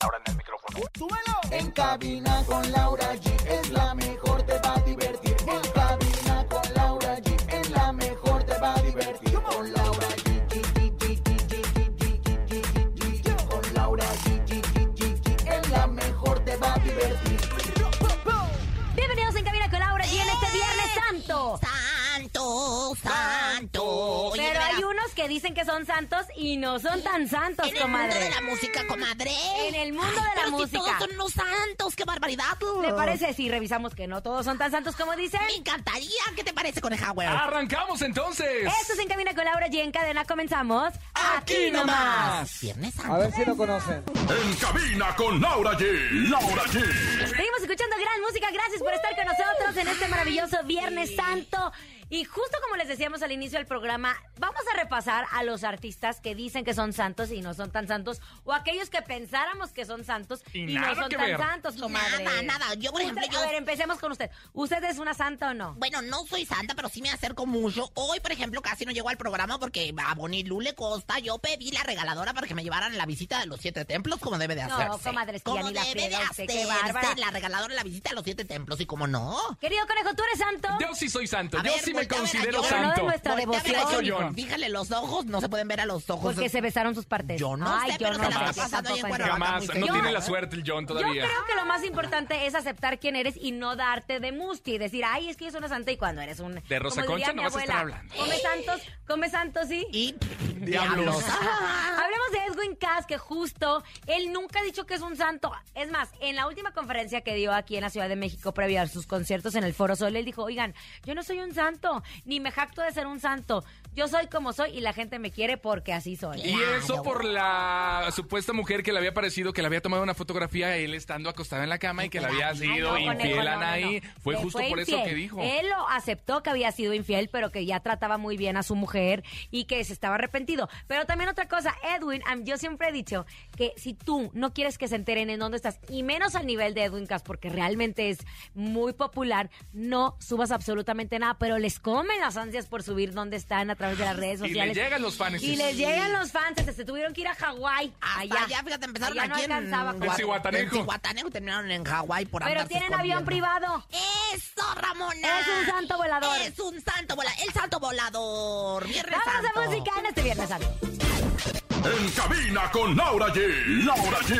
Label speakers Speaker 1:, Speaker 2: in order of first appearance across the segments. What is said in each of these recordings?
Speaker 1: Ahora en el micrófono.
Speaker 2: ¡Súbelo!
Speaker 3: En cabina con Laura G es la mejor, te va a divertir. En cabina con Laura G es la mejor, te va a divertir. Con Laura G. G, G, G, G, G, G, G, G, G, G, G. Con Laura G, G, G, G, G, es la mejor, te va a divertir.
Speaker 4: Bienvenidos en Cabina con Laura y en este Viernes
Speaker 5: ¡Eh!
Speaker 4: Santo.
Speaker 5: Santo, santo. Oye,
Speaker 4: Pero
Speaker 5: de
Speaker 4: hay
Speaker 5: veras,
Speaker 4: unos que dicen que son santos y no son tan santos,
Speaker 5: En el mundo de
Speaker 4: comadre.
Speaker 5: la música, comadre.
Speaker 4: En el mundo de la
Speaker 5: Pero si
Speaker 4: música.
Speaker 5: todos son unos santos, qué barbaridad.
Speaker 4: ¿Te parece si revisamos que no todos son tan santos como dicen?
Speaker 5: Me encantaría. ¿Qué te parece, coneja, güey?
Speaker 6: Arrancamos entonces.
Speaker 4: Esto es En Cabina con Laura y en cadena comenzamos.
Speaker 5: Aquí nomás. Viernes santo.
Speaker 7: A ver si lo conocen.
Speaker 8: En cabina con Laura G. Laura G.
Speaker 4: Seguimos escuchando gran música. Gracias por estar con nosotros en este maravilloso Viernes Santo. Y justo como les decíamos al inicio del programa, vamos a repasar a los artistas que dicen que son santos y no son tan santos, o aquellos que pensáramos que son santos
Speaker 6: Y
Speaker 4: y, no
Speaker 6: nada
Speaker 4: son
Speaker 6: que
Speaker 4: tan
Speaker 6: ver.
Speaker 4: santos, comadre.
Speaker 5: Nada, nada. Yo, por ejemplo,
Speaker 4: Usted-
Speaker 5: yo-
Speaker 4: A ver, empecemos con usted. ¿Usted es una santa o no?
Speaker 5: Bueno, no soy santa, pero sí me acerco mucho. Hoy, por ejemplo, casi no llego al programa porque a Bonilú le costa. Yo pedí la regaladora para que me llevaran la visita de los siete templos, como debe de
Speaker 4: No,
Speaker 5: hacerse.
Speaker 4: comadre, es que ya
Speaker 5: Como
Speaker 4: ni la
Speaker 5: debe de
Speaker 4: friega
Speaker 5: hacerse
Speaker 4: usted, qué bárbara.
Speaker 5: la regaladora, la visita de los siete templos. Y como no.
Speaker 4: Querido conejo, ¿tú eres santo?
Speaker 6: Yo sí soy santo.
Speaker 5: A
Speaker 6: yo
Speaker 5: ver,
Speaker 6: sí
Speaker 5: voltea a ver
Speaker 6: me
Speaker 5: a
Speaker 6: considero
Speaker 5: John.
Speaker 4: Pero no de
Speaker 6: santo.
Speaker 4: nuestra
Speaker 5: Voltea a ver a
Speaker 4: devoción,
Speaker 5: John.
Speaker 6: hijo.
Speaker 5: Fíjale los ojos, no se pueden ver a los ojos.
Speaker 4: Porque se besaron sus partes.
Speaker 5: Yo no
Speaker 4: Ay,
Speaker 5: sé,
Speaker 4: yo
Speaker 5: pero
Speaker 4: no
Speaker 5: se la
Speaker 4: sé.
Speaker 5: está pasando ahí en
Speaker 4: Tampoco
Speaker 5: Cuernavaca.
Speaker 6: Jamás.
Speaker 5: muy
Speaker 6: No
Speaker 5: feo.
Speaker 6: tiene la suerte el John todavía.
Speaker 4: Yo creo que lo más importante es aceptar quién eres y no darte de musti y decir, ay, es que yo soy una santa y cuando eres un...
Speaker 6: De Rosa
Speaker 4: como diría
Speaker 6: Concha
Speaker 4: mi
Speaker 6: no vas a estar
Speaker 4: abuela,
Speaker 6: hablando.
Speaker 4: Come santos, come santos, sí.
Speaker 5: Y
Speaker 6: Diablos.
Speaker 5: diablos. Ah.
Speaker 4: Hablemos de Edwin Cass, que justo él nunca ha dicho que es un santo. Es más, en la última conferencia que dio aquí en la Ciudad de México previo a sus conciertos en el Foro Sol, él dijo, oigan, yo no soy un santo, ni me jacto de ser un santo. Yo soy como soy y la gente me quiere porque así soy.
Speaker 6: Y eso
Speaker 5: Claro.
Speaker 6: por la supuesta mujer que le había parecido que le había tomado una fotografía a él estando acostado en la cama y que le había
Speaker 4: Ay,
Speaker 6: sido
Speaker 4: no, conejo,
Speaker 6: infiel a
Speaker 4: no, no,
Speaker 6: Anaí.
Speaker 4: no.
Speaker 6: Fue
Speaker 4: Le
Speaker 6: justo por eso
Speaker 4: infiel.
Speaker 6: que dijo.
Speaker 4: Él lo aceptó que había sido infiel, pero que ya trataba muy bien a su mujer y que se estaba arrepentido. Pero también otra cosa, Edwin, am- yo siempre he dicho que si tú no quieres que se enteren en dónde estás, y menos al nivel de Edwin Cass, porque realmente es muy popular, no subas absolutamente nada, pero les comen las ansias por subir dónde están a través de las redes
Speaker 6: Y le
Speaker 4: sociales.
Speaker 6: llegan los fans.
Speaker 4: Y les llegan los fans, se- se tuvieron que ir a Hawái.
Speaker 5: Hasta
Speaker 4: Allá,
Speaker 5: allá, fíjate, empezaron
Speaker 4: ah, Allá no
Speaker 5: aquí en,
Speaker 4: alcanzaba,
Speaker 5: Guat-
Speaker 6: En Cihuatanejo.
Speaker 5: En Cihuatanejo, terminaron en Hawái por
Speaker 4: Pero
Speaker 5: andarse
Speaker 4: tienen avión
Speaker 5: escondiendo.
Speaker 4: privado.
Speaker 5: ¡Eso, Ramona!
Speaker 4: Es un santo volador.
Speaker 5: ¡Es un santo volador! ¡El santo volador! ¡Viernes
Speaker 4: Vamos
Speaker 5: santo!
Speaker 4: a música en este viernes santo.
Speaker 8: En cabina con Laura G. Laura G.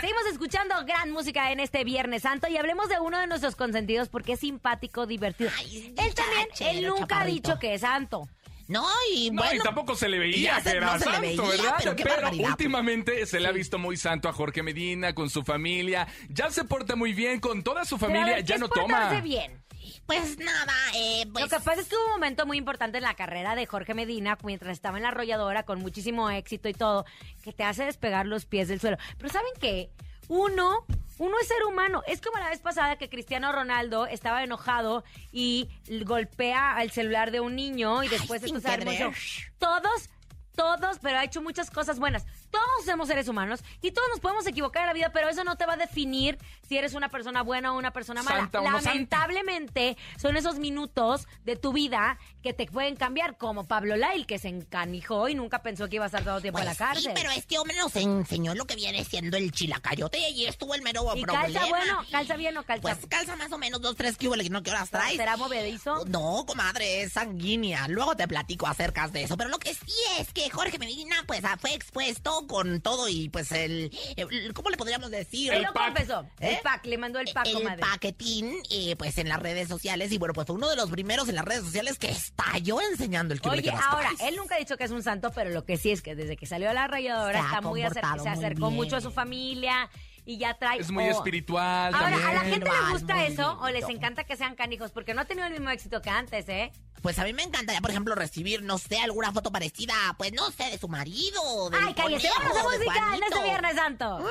Speaker 4: Seguimos escuchando gran música en este Viernes Santo y hablemos de uno de nuestros consentidos porque es simpático, divertido.
Speaker 5: Ay,
Speaker 4: él también, él
Speaker 5: dicharachero,
Speaker 4: nunca ha
Speaker 5: chaparrito.
Speaker 4: dicho que es santo.
Speaker 5: No, y
Speaker 6: No,
Speaker 5: bueno...
Speaker 6: y tampoco se le
Speaker 5: y
Speaker 6: veía
Speaker 5: ya
Speaker 6: que
Speaker 5: se-
Speaker 6: era
Speaker 5: no se le
Speaker 6: santo,
Speaker 5: veía,
Speaker 6: ¿verdad?
Speaker 5: pero qué
Speaker 4: pues.
Speaker 5: barbaridad.
Speaker 6: últimamente se le ha visto muy santo a Jorge Medina con su familia. Ya se porta muy bien con toda su
Speaker 4: Pero a
Speaker 6: familia.
Speaker 4: ver, ¿qué
Speaker 6: ya
Speaker 4: es
Speaker 6: no
Speaker 4: portarse
Speaker 6: toma.
Speaker 4: bien.
Speaker 5: Pues nada, eh, pues...
Speaker 4: Lo que pasa es que hubo un momento muy importante en la carrera de Jorge Medina mientras estaba en la arrolladora con muchísimo éxito y todo, que te hace despegar los pies del suelo. Pero ¿saben qué? Uno, uno es ser humano. Es como la vez pasada que Cristiano Ronaldo estaba enojado y golpea al celular de un niño y después
Speaker 5: sin
Speaker 4: esto se armó el show.
Speaker 5: querer.
Speaker 4: Todos, todos, pero ha hecho muchas cosas buenas. Todos somos seres humanos y todos nos podemos equivocar en la vida, pero eso no te va a definir si eres una persona buena o una persona mala.
Speaker 6: Santa o no santa.
Speaker 4: Lamentablemente son esos minutos de tu vida que te pueden cambiar, como Pablo Lail, que se encanijó y nunca pensó que iba a estar todo el tiempo
Speaker 5: Pues
Speaker 4: en la
Speaker 5: sí,
Speaker 4: cárcel.
Speaker 5: pero este hombre nos enseñó lo que viene siendo el chilacayote y ahí estuvo el mero
Speaker 4: y
Speaker 5: problema.
Speaker 4: calza bueno, calza bien o calza.
Speaker 5: Pues calza más o menos dos, tres cubos, no que horas traes.
Speaker 4: ¿Será movedizo?
Speaker 5: No, comadre, es sanguínea. Luego te platico acerca de eso. Pero lo que sí es que Jorge Medina, pues, ah, fue expuesto con todo y, pues, el... el- ¿Cómo le podríamos decir?
Speaker 4: Él lo confesó.
Speaker 5: ¿Eh?
Speaker 4: El pack, le mandó el pack, comadre.
Speaker 5: paquetín, eh, pues, en las redes sociales. Y, bueno, pues, fue uno de los primeros en las redes sociales que estalló enseñando el que
Speaker 4: Oye, ahora, él nunca ha dicho que es un santo, pero lo que sí es que desde que salió a la rayadora
Speaker 5: Se ha
Speaker 4: está muy acer-
Speaker 5: comportado
Speaker 4: se
Speaker 5: muy
Speaker 4: acercó
Speaker 5: bien.
Speaker 4: mucho a su familia y ya trae...
Speaker 6: Es muy
Speaker 4: oh.
Speaker 6: espiritual
Speaker 4: Ahora,
Speaker 6: también.
Speaker 4: ¿a la gente le
Speaker 5: Manuel,
Speaker 4: gusta eso o les
Speaker 5: bonito.
Speaker 4: encanta que sean canijos? Porque no ha tenido el mismo éxito que antes, ¿eh?
Speaker 5: Pues a mí me encantaría, por ejemplo, recibir, no sé, alguna foto parecida, pues no sé, de su marido. Del
Speaker 4: ¡Ay, cállese!
Speaker 5: conejo,
Speaker 4: ¡Vámonos a
Speaker 5: de
Speaker 4: música en este
Speaker 5: Juanito.
Speaker 4: Viernes Santo!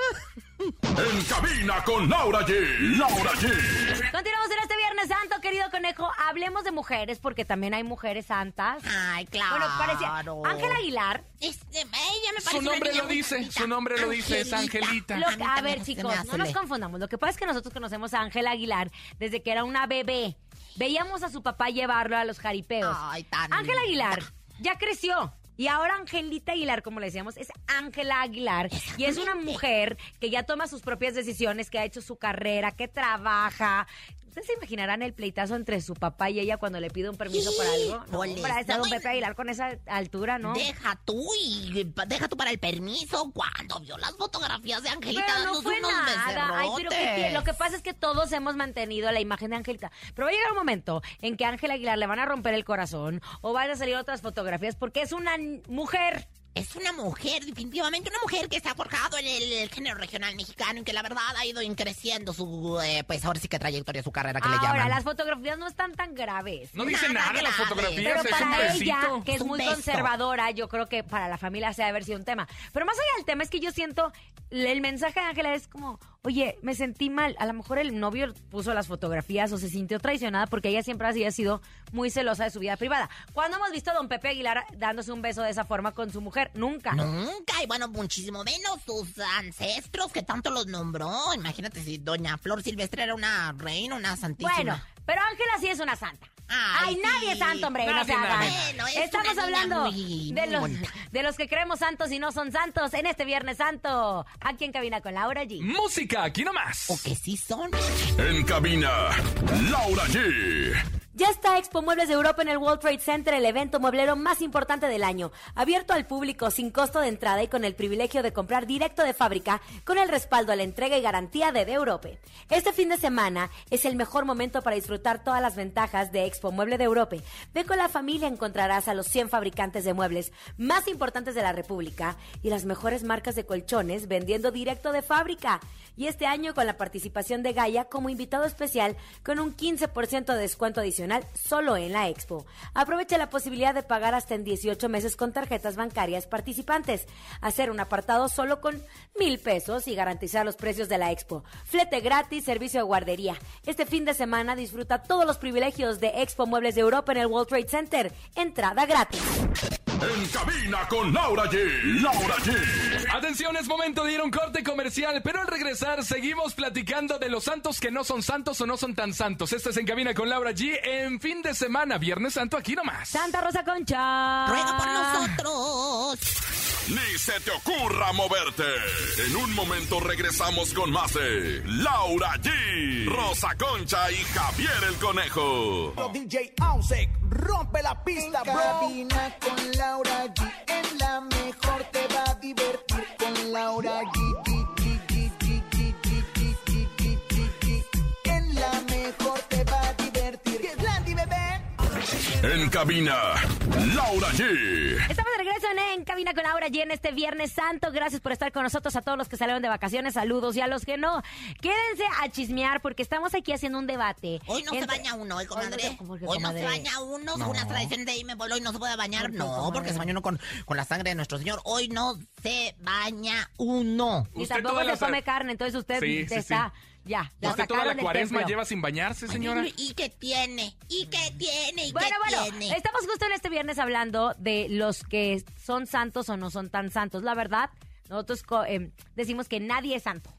Speaker 8: En cabina con Laura G. Laura G.
Speaker 4: Continuamos en este Viernes Santo, querido conejo. Hablemos de mujeres, porque también hay mujeres santas.
Speaker 5: Ay, claro.
Speaker 4: Bueno, parecía... Ángela Aguilar...
Speaker 5: Este, ella me parece
Speaker 6: Su
Speaker 5: una
Speaker 6: nombre
Speaker 5: niña
Speaker 6: lo
Speaker 5: muy
Speaker 6: dice,
Speaker 5: bonita.
Speaker 6: su nombre lo dice, es Angelita.
Speaker 4: Lo-
Speaker 5: A mí
Speaker 4: a
Speaker 5: también
Speaker 4: ver,
Speaker 5: se me
Speaker 4: chicos,
Speaker 5: hace
Speaker 4: no nos
Speaker 5: le-
Speaker 4: confundamos. Lo que pasa es que nosotros conocemos a Ángela Aguilar desde que era una bebé. Veíamos a su papá llevarlo a los jaripeos.
Speaker 5: Ay, tan
Speaker 4: Ángela Aguilar
Speaker 5: linda.
Speaker 4: ya creció. Y ahora Angelita Aguilar, como le decíamos, es Ángela Aguilar. Y es una mujer que ya toma sus propias decisiones, que ha hecho su carrera, que trabaja. Ustedes se imaginarán el pleitazo entre su papá y ella cuando le pide un permiso para algo. No,
Speaker 5: Híjoles,
Speaker 4: para estar
Speaker 5: no,
Speaker 4: don Pepe
Speaker 5: y-
Speaker 4: Aguilar con esa altura, ¿no?
Speaker 5: Deja tú y deja tú para el permiso cuando vio las fotografías de Angelita
Speaker 4: Pero no
Speaker 5: dándose
Speaker 4: fue
Speaker 5: unos
Speaker 4: nada. Ay, pero qué
Speaker 5: becerrotes.
Speaker 4: tiene. lo que pasa es que todos hemos mantenido la imagen de Angelita. Pero va a llegar un momento en que a Ángela Aguilar le van a romper el corazón o van a salir otras fotografías porque es una n- mujer.
Speaker 5: Es una mujer, definitivamente una mujer que se ha forjado en el, el género regional mexicano y que la verdad ha ido creciendo su, eh, pues ahora sí que trayectoria, su carrera que le
Speaker 4: Ahora,
Speaker 5: llaman.
Speaker 4: las fotografías no están tan graves.
Speaker 6: No dice
Speaker 5: Nada
Speaker 6: nada, las
Speaker 5: grave.
Speaker 6: fotografías,
Speaker 4: Pero
Speaker 6: es un
Speaker 4: para ella,
Speaker 6: besito.
Speaker 4: que es
Speaker 5: Un
Speaker 4: muy
Speaker 5: beso.
Speaker 4: conservadora, yo creo que para la familia se ha de haber sido un tema. Pero más allá del tema es que yo siento, el mensaje de Ángela es como, oye, me sentí mal. A lo mejor el novio puso las fotografías o se sintió traicionada porque ella siempre así ha sido muy celosa de su vida privada. ¿Cuándo hemos visto a don Pepe Aguilar dándose un beso de esa forma con su mujer? Nunca.
Speaker 5: Nunca, y bueno, muchísimo menos sus ancestros que tanto los nombró. Imagínate si doña Flor Silvestre era una reina, una santísima.
Speaker 4: Bueno, pero Ángela sí es una santa. Ay,
Speaker 5: Ay,
Speaker 4: nadie es
Speaker 5: Ah, sí.
Speaker 4: santo, hombre, no
Speaker 6: Nadie,
Speaker 4: se hagan.
Speaker 6: nadie.
Speaker 5: Bueno, es
Speaker 4: Estamos
Speaker 5: una niña
Speaker 4: hablando
Speaker 5: muy-
Speaker 4: de
Speaker 5: muy
Speaker 4: los,
Speaker 5: bonita.
Speaker 4: de los que creemos santos y no son santos en este Viernes Santo. Aquí en Cabina con Laura G.
Speaker 6: Música, aquí nomás.
Speaker 5: O que sí son.
Speaker 8: En cabina, Laura G.
Speaker 4: Ya está Expo Muebles de Europa en el World Trade Center, el evento mueblero más importante del año. Abierto al público sin costo de entrada y con el privilegio de comprar directo de fábrica, con el respaldo a la entrega y garantía de De Europe. Este fin de semana es el mejor momento para disfrutar todas las ventajas de Expo Mueble de Europa. Ve con la familia, encontrarás a los 100 fabricantes de muebles más importantes de la República y las mejores marcas de colchones vendiendo directo de fábrica. Y este año con la participación de Gaia como invitado especial con un 15% de descuento adicional solo en la Expo. Aprovecha la posibilidad de pagar hasta en 18 meses con tarjetas bancarias participantes, hacer un apartado solo con mil pesos y garantizar los precios de la Expo. Flete gratis, servicio de guardería. Este fin de semana disfruta todos los privilegios de Expo Muebles de Europa en el World Trade Center. Entrada gratis.
Speaker 8: En cabina con Laura G. Laura G.
Speaker 6: Atención, es momento de ir a un corte comercial, pero al regresar seguimos platicando de los santos que no son santos o no son tan santos. Este es En Cabina con Laura G en fin de semana, Viernes Santo, aquí nomás.
Speaker 4: Santa Rosa Concha.
Speaker 5: Ruega por
Speaker 4: Ah.
Speaker 5: nosotros.
Speaker 8: Ni se te ocurra moverte. En un momento regresamos con más de Laura G. Rosa Concha y Javier el Conejo.
Speaker 9: DJ Ausek, rompe la pista,
Speaker 3: En
Speaker 9: bro.
Speaker 3: cabina con Laura G. En la mejor te va a divertir con Laura G. G, G, G, G, G, G, G, G, G, G, G. En la mejor te va a divertir. ¡Que es Landy, bebé!
Speaker 8: En cabina, Laura G.
Speaker 4: Estamos de regreso en, En Cabina con Laura y en este Viernes Santo. Gracias por estar con nosotros a todos los que salieron de vacaciones. Saludos y a los que no. Quédense a chismear porque estamos aquí haciendo un debate.
Speaker 5: Hoy no se
Speaker 4: Entre-
Speaker 5: baña uno,
Speaker 4: Hoy
Speaker 5: ¿eh,
Speaker 4: no
Speaker 5: comadre?
Speaker 4: se- ¿cómo que,
Speaker 5: Hoy no se
Speaker 4: comadre?
Speaker 5: baña uno, unas tradiciones de ahí me voló y no se puede bañar.
Speaker 4: ¿Por qué,
Speaker 5: No,
Speaker 4: comadre?
Speaker 5: porque se baña uno con, con la sangre de nuestro señor. Hoy no se baña uno.
Speaker 4: Y
Speaker 6: Usted
Speaker 4: tampoco
Speaker 6: toda
Speaker 4: se
Speaker 6: la-
Speaker 4: come carne, entonces usted
Speaker 6: Sí, sí, sí.
Speaker 4: está ya. la
Speaker 6: Usted toda
Speaker 4: sacaron
Speaker 6: la
Speaker 4: del
Speaker 6: cuaresma
Speaker 4: templo.
Speaker 6: lleva sin bañarse, señora.
Speaker 5: ¿Y qué tiene? ¿Y qué tiene? ¿Y
Speaker 4: Bueno,
Speaker 5: qué
Speaker 4: bueno,
Speaker 5: tiene?
Speaker 4: estamos justo en este viernes hablando de los que son santos o no son tan santos. La verdad, nosotros co- em, decimos que nadie es santo.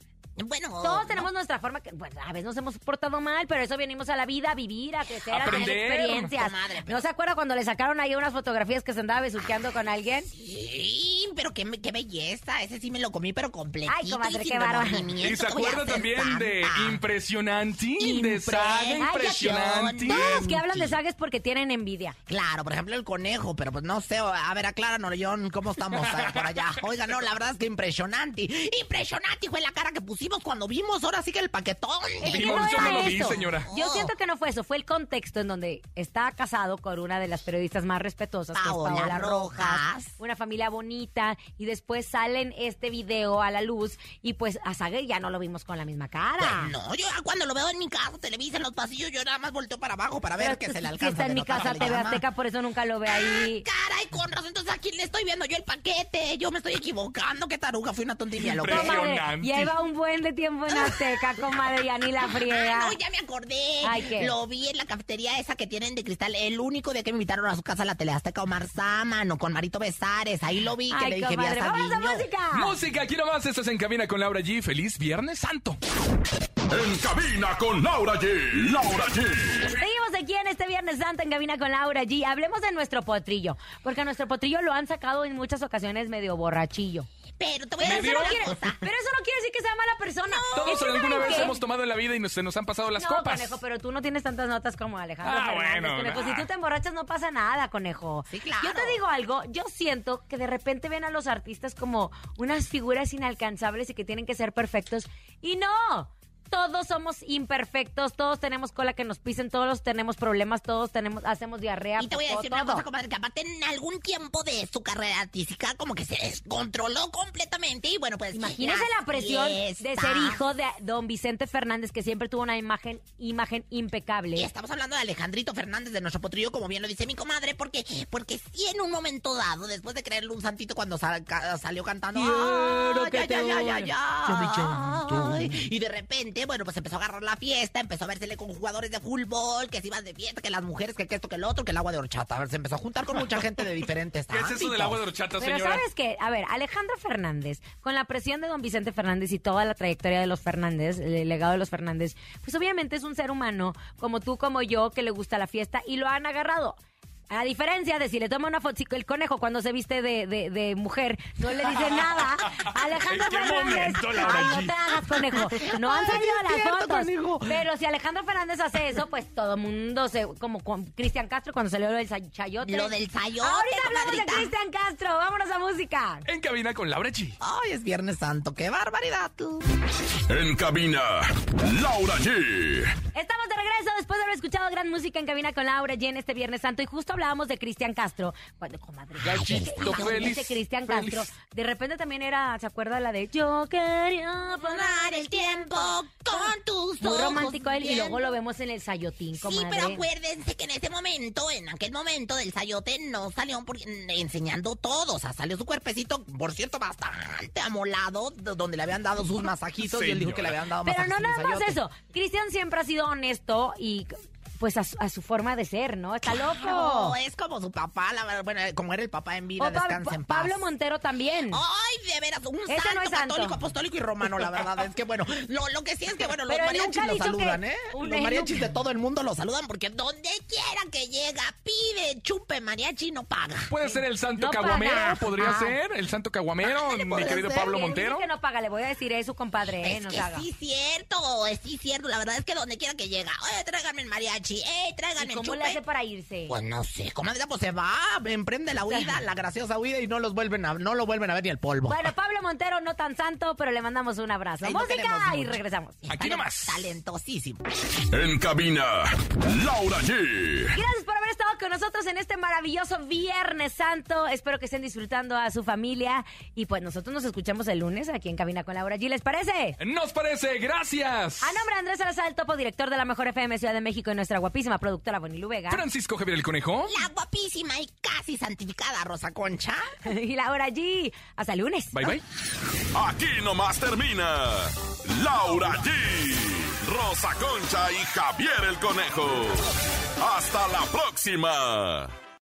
Speaker 5: Bueno,
Speaker 4: Todos
Speaker 5: no.
Speaker 4: tenemos nuestra forma, que, bueno, a veces nos hemos portado mal, pero eso venimos a la vida, a vivir, a crecer, a tener
Speaker 6: Aprender. pues.
Speaker 4: experiencias.
Speaker 5: Comadre, pero-
Speaker 4: ¿No se acuerda cuando le sacaron ahí unas fotografías que se andaba besuqueando con alguien?
Speaker 5: Sí, pero qué, qué belleza. Ese sí me lo comí, pero completito.
Speaker 4: Ay, comadre,
Speaker 5: y sin
Speaker 4: qué bárbara.
Speaker 5: remordimiento.
Speaker 6: Y se
Speaker 5: Te voy a
Speaker 6: acuerda
Speaker 5: hacer
Speaker 6: también de
Speaker 5: santa.
Speaker 6: impresionante, de
Speaker 5: Impre-
Speaker 6: saga
Speaker 5: Ay, ya
Speaker 6: impresionante.
Speaker 5: lloró.
Speaker 4: Todos los que
Speaker 5: Bien,
Speaker 4: hablan de
Speaker 5: sí.
Speaker 4: sagas porque tienen envidia.
Speaker 5: Claro, por ejemplo, el conejo, pero pues no sé, a ver, acláranos, John, ¿cómo estamos eh, por allá? Oiga, no, la verdad es que impresionante. Impresionante fue la cara que pusimos cuando vimos ahora sí que el paquetón.
Speaker 4: Es que
Speaker 6: Vimos, yo
Speaker 4: era
Speaker 6: no lo vi,
Speaker 4: eso.
Speaker 6: señora. Oh.
Speaker 4: Yo siento que no fue eso, fue el contexto en donde está casado con una de las periodistas más respetuosas, que es
Speaker 5: Paola
Speaker 4: Paola Rojas.
Speaker 5: Rojas.
Speaker 4: Una familia bonita, cara y después salen este video a la luz y pues a Sague ya no lo vimos con la misma cara.
Speaker 5: Pues no, yo cuando lo veo en mi casa, televisa en los pasillos, yo nada más volteo para abajo para ver
Speaker 4: Pero
Speaker 5: que
Speaker 4: tú-
Speaker 5: se le
Speaker 4: si
Speaker 5: alcanza.
Speaker 4: está
Speaker 5: a
Speaker 4: en mi
Speaker 5: denotar
Speaker 4: casa
Speaker 5: la
Speaker 4: TV
Speaker 5: llama.
Speaker 4: Azteca, por eso nunca lo ve ahí.
Speaker 5: Caray, con razón, entonces aquí le estoy viendo yo el paquete. Yo me estoy equivocando, qué taruga, fui una tontilla loca.
Speaker 6: Impresionante.
Speaker 4: Comadre, lleva un buen de tiempo en Azteca, comadre, ya ni la friega.
Speaker 5: Ah, no, ya me acordé.
Speaker 4: Ay, ¿qué?
Speaker 5: Lo vi en la cafetería esa que tienen de cristal. El único de que me invitaron a su casa a la teleazteca Omar Sámano con Marito Besares. Ahí lo vi que
Speaker 4: Ay,
Speaker 5: le dije, vi a
Speaker 4: comadre, ¡vámonos a
Speaker 5: Saguiño".
Speaker 4: música!
Speaker 6: Música, aquí nomás, esto es En Cabina con Laura G. ¡Feliz Viernes Santo!
Speaker 8: En cabina con Laura G. Laura G.
Speaker 4: Seguimos aquí en este Viernes Santo en Cabina con Laura G. Hablemos de nuestro potrillo, porque a nuestro potrillo lo han sacado en muchas ocasiones medio borrachillo.
Speaker 5: Pero te voy a
Speaker 6: ¿Me
Speaker 4: Pero eso,
Speaker 5: decir
Speaker 6: dio?
Speaker 4: no
Speaker 5: una
Speaker 4: quiere,
Speaker 5: cosa.
Speaker 4: pero eso no quiere decir que sea mala persona. Es
Speaker 6: Todos
Speaker 4: que
Speaker 6: alguna
Speaker 4: ¿saben
Speaker 6: vez
Speaker 4: qué?
Speaker 6: hemos tomado en la vida y nos- se nos han pasado las
Speaker 4: no,
Speaker 6: copas.
Speaker 4: conejo, pero tú no tienes tantas notas como Alejandro
Speaker 6: Ah,
Speaker 4: Fernández,
Speaker 6: bueno,
Speaker 4: conejo.
Speaker 6: nah.
Speaker 4: Si tú te emborrachas no pasa nada, conejo.
Speaker 5: Sí, claro.
Speaker 4: Yo te digo algo, yo siento que de repente ven a los artistas como unas figuras inalcanzables y que tienen que ser perfectos. Y no, todos somos imperfectos, todos tenemos cola que nos pisen, todos tenemos problemas, todos tenemos, hacemos diarrea.
Speaker 5: Y te voy a
Speaker 4: popó,
Speaker 5: decir una
Speaker 4: todo.
Speaker 5: cosa, comadre, que aparte en algún tiempo de su carrera artística como que se descontroló completamente y bueno, pues...
Speaker 4: Imagínese la presión de ser hijo de don Vicente Fernández, que siempre tuvo una imagen, imagen impecable.
Speaker 5: Y estamos hablando de Alejandrito Fernández de nuestro potrillo, como bien lo dice mi comadre, porque, porque sí en un momento dado, después de creerle un santito cuando sal- ca- salió cantando.
Speaker 4: Quiero
Speaker 5: "Ay,
Speaker 4: que
Speaker 5: ay,
Speaker 4: te
Speaker 5: ay, ay,
Speaker 4: ore".
Speaker 5: ay, ay, ay", Y de repente, bueno, pues empezó a agarrar la fiesta, empezó a versele con jugadores de fútbol, que se iban de fiesta, que las mujeres, que esto, que el otro, que el agua de horchata. A ver, se empezó a juntar con mucha gente de diferentes
Speaker 6: ¿Qué es eso del agua de
Speaker 5: ámbitos.
Speaker 6: horchata,
Speaker 4: Pero
Speaker 6: señora?
Speaker 4: sabes que, a ver, Alejandro Fernández, con la presión de don Vicente Fernández y toda la trayectoria de los Fernández, el legado de los Fernández, pues obviamente es un ser humano como tú, como yo, que le gusta la fiesta y lo han agarrado. A diferencia de si le toma una foto, el conejo cuando se viste de, de- de mujer, no le dice nada. Alejandro
Speaker 6: ¿En qué
Speaker 4: Fernández,
Speaker 6: momento, Laura
Speaker 4: ay, no
Speaker 6: G?
Speaker 4: te hagas, conejo. No han
Speaker 5: Ay,
Speaker 4: salido
Speaker 5: es
Speaker 4: las
Speaker 5: cierto,
Speaker 4: fotos.
Speaker 5: conejo.
Speaker 4: Pero si Alejandro Fernández hace eso, pues todo mundo se, como con Cristian Castro cuando salió lo del sa- chayote.
Speaker 5: Lo del sayote,
Speaker 4: Ahorita hablamos de
Speaker 5: comadrita.
Speaker 4: Cristian Castro. Vámonos a música.
Speaker 6: En Cabina con Laura G.
Speaker 5: Ay, es Viernes Santo, qué barbaridad. tú.
Speaker 8: En cabina, Laura G.
Speaker 4: Estamos de regreso después de haber escuchado gran música en cabina con Laura G en este Viernes Santo. Y justo hablábamos de Cristian Castro. Cuando, comadre,
Speaker 6: Gallito
Speaker 4: ese
Speaker 6: feliz,
Speaker 4: Cristian
Speaker 6: feliz.
Speaker 4: Castro. De repente también era, ¿se acuerda la de Yo quería
Speaker 5: Tomar
Speaker 4: volar
Speaker 5: el tiempo con tus
Speaker 4: Muy
Speaker 5: ojos
Speaker 4: romántico él. Y
Speaker 5: bien.
Speaker 4: luego lo vemos en el Sayotín,
Speaker 5: Sí,
Speaker 4: comadre.
Speaker 5: pero acuérdense que en ese momento, en aquel momento del sayote, no salió por- enseñando todo. O sea, salió su cuerpecito, por cierto, bastante amolado, d- donde le habían dado sus masajitos y él dijo que le habían dado
Speaker 4: Pero no
Speaker 5: masajitos. en el
Speaker 4: nada más
Speaker 5: sayote.
Speaker 4: eso. Cristian siempre ha sido honesto y pues a su, a su forma de ser, ¿no? Está loco.
Speaker 5: No, es como su papá, la verdad, bueno, como era el papá en vida,
Speaker 4: O Pa-
Speaker 5: descansa en
Speaker 4: Pa-
Speaker 5: paz.
Speaker 4: Pablo Montero también.
Speaker 5: Ay, de veras, un
Speaker 4: Ese
Speaker 5: santo,
Speaker 4: no es santo.
Speaker 5: católico, apostólico y romano, la verdad. Es que bueno, lo, lo que sí es que bueno, los
Speaker 4: Pero él nunca
Speaker 5: mariachis
Speaker 4: ha
Speaker 5: lo
Speaker 4: dicho que-
Speaker 5: saludan, ¿eh?
Speaker 4: un-
Speaker 5: Los
Speaker 4: él
Speaker 5: mariachis
Speaker 4: nunca-
Speaker 5: de todo el mundo lo saludan porque donde quiera que llega, pide, chupe, mariachi y no paga.
Speaker 6: Puede ser el Santo
Speaker 4: No
Speaker 6: Caguamero,
Speaker 4: paga.
Speaker 6: podría
Speaker 4: Ah.
Speaker 6: ser el Santo Caguamero, mi
Speaker 5: podría
Speaker 6: querido
Speaker 5: ser.
Speaker 6: Pablo
Speaker 4: Él dice
Speaker 6: Montero.
Speaker 4: que no paga, le voy a decir eso, compadre, ¿eh?
Speaker 5: Es
Speaker 4: No
Speaker 5: Pues que
Speaker 4: se haga.
Speaker 5: sí, cierto, es sí, cierto. La verdad es que donde quiera que llega, eh, tráiganme el mariachi, eh,
Speaker 4: ¿Y
Speaker 5: tráiganme el
Speaker 4: cómo
Speaker 5: chupe.
Speaker 4: le hace para irse?
Speaker 5: Pues no sé, comadre, pues se va, emprende la huida, la graciosa huida y no los vuelven a, no lo vuelven a ver ni el polvo.
Speaker 4: Bueno, Pablo Montero no tan santo, pero le mandamos un abrazo.
Speaker 5: Ahí lo
Speaker 4: Música
Speaker 5: queremos
Speaker 4: y
Speaker 5: mucho.
Speaker 4: regresamos.
Speaker 6: Aquí nomás.
Speaker 5: Talentosísimo.
Speaker 8: En cabina, Laura G.
Speaker 4: Gracias por haber estado con nosotros en este maravilloso Viernes Santo. Espero que estén disfrutando a su familia. Y pues nosotros nos escuchamos el lunes aquí en Cabina con Laura G. ¿Les parece?
Speaker 6: Nos parece, gracias.
Speaker 4: A nombre de Andrés Salazar, el topo director de la Mejor FM Ciudad de México y nuestra guapísima productora Bonilu Vega.
Speaker 6: Francisco Javier el Conejo.
Speaker 5: La guapísima y casi santificada Rosa Concha.
Speaker 4: y Laura G. Hasta el lunes.
Speaker 6: Bye bye.
Speaker 8: Aquí nomás termina Laura G, Rosa Concha y Javier el Conejo. Hasta la próxima.